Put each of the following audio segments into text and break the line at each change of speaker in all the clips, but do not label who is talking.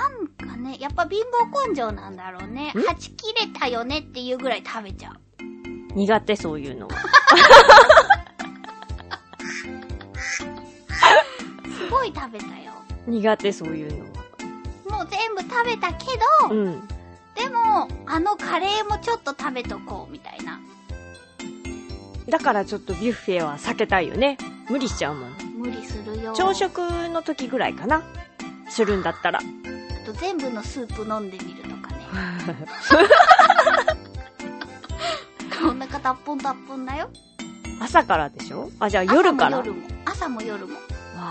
んかね、やっぱ貧乏根性なんだろうね。
ん
はち切れたよねっていうぐらい食べちゃう。
苦手、そういうのは。
すごい食べたよ。
苦手、そういうの
もう全部食べたけ
は。
ど、
うん。
でも、あのカレーもちょっと食べとこう、みたいな。
だからちょっとビュッフェは避けたいよね。無理しちゃうもん。
無理するよ。
朝食の時ぐらいかな。するんだったら。
あと全部のスープ飲んでみるとかね。お腹たっぽんたっぽんだよ。
朝からでしょあ、じゃあ夜から。
朝も夜も。朝も夜も。
わ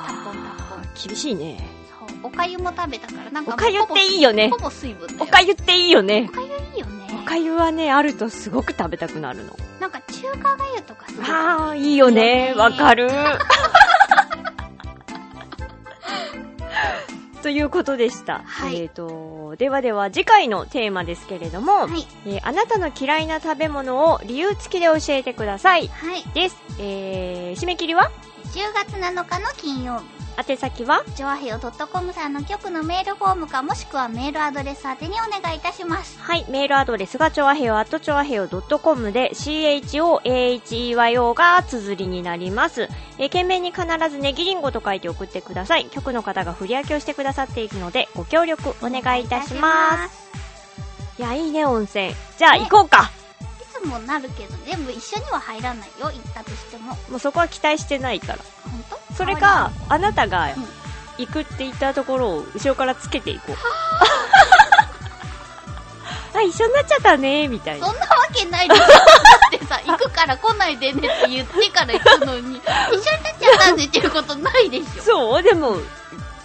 タッポンタ
あ厳しいね。
そう。おかゆも食べたから、なん
お
か
かゆっていいよね
ほ。ぼ水分だよ。
おかゆっていいよね
お。かゆいいよね。
おかゆはね、あるとすごく食べたくなるの。
なんか中華がゆとかすごい
ああ、いいよね。わ かる。ということでした。
はい
えっ、と、ではでは次回のテーマですけれども、
はい。
えーあなたの嫌いな食べ物を理由付きで教えてください。
はい。
です。えー、締め切りは
10月7日の金曜日、
宛先は
ジョアヘヨ .com さんの局のメールフォームかもしくはメールアドレス宛てにお願いいたします。
はい、メールアドレスがちょわへよ、あとちょわへよ .com で、CHOAHEYO が綴りになります。えー、懸命に必ずネギリンゴと書いて送ってください。局の方が振り分けをしてくださっているので、ご協力お願いいたします。
す。
いや、いいね、温泉。じゃあ、
ね
行こう
い
か。
つもなるけど、全部一緒には入らないよ、行ったとしても。
もうそこは期待してないから。
ほんと
それか、あなたが
うん
行くって言ったところを後ろからつけてい こう。あ、一緒になっちゃったね、みたい
そ
な。
んなわけないでしょ。だってさ、行くから来ないでねって言ってから行くのに、一緒になっちゃったんでっていうことないでしょ。
そうでも、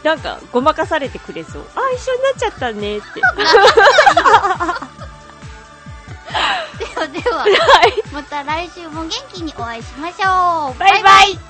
なんか、ごまかされてくれそう。あ、一緒になっちゃったね って。
ではでは、
はい。
また来週も元気にお会いしましょう。
バイバイ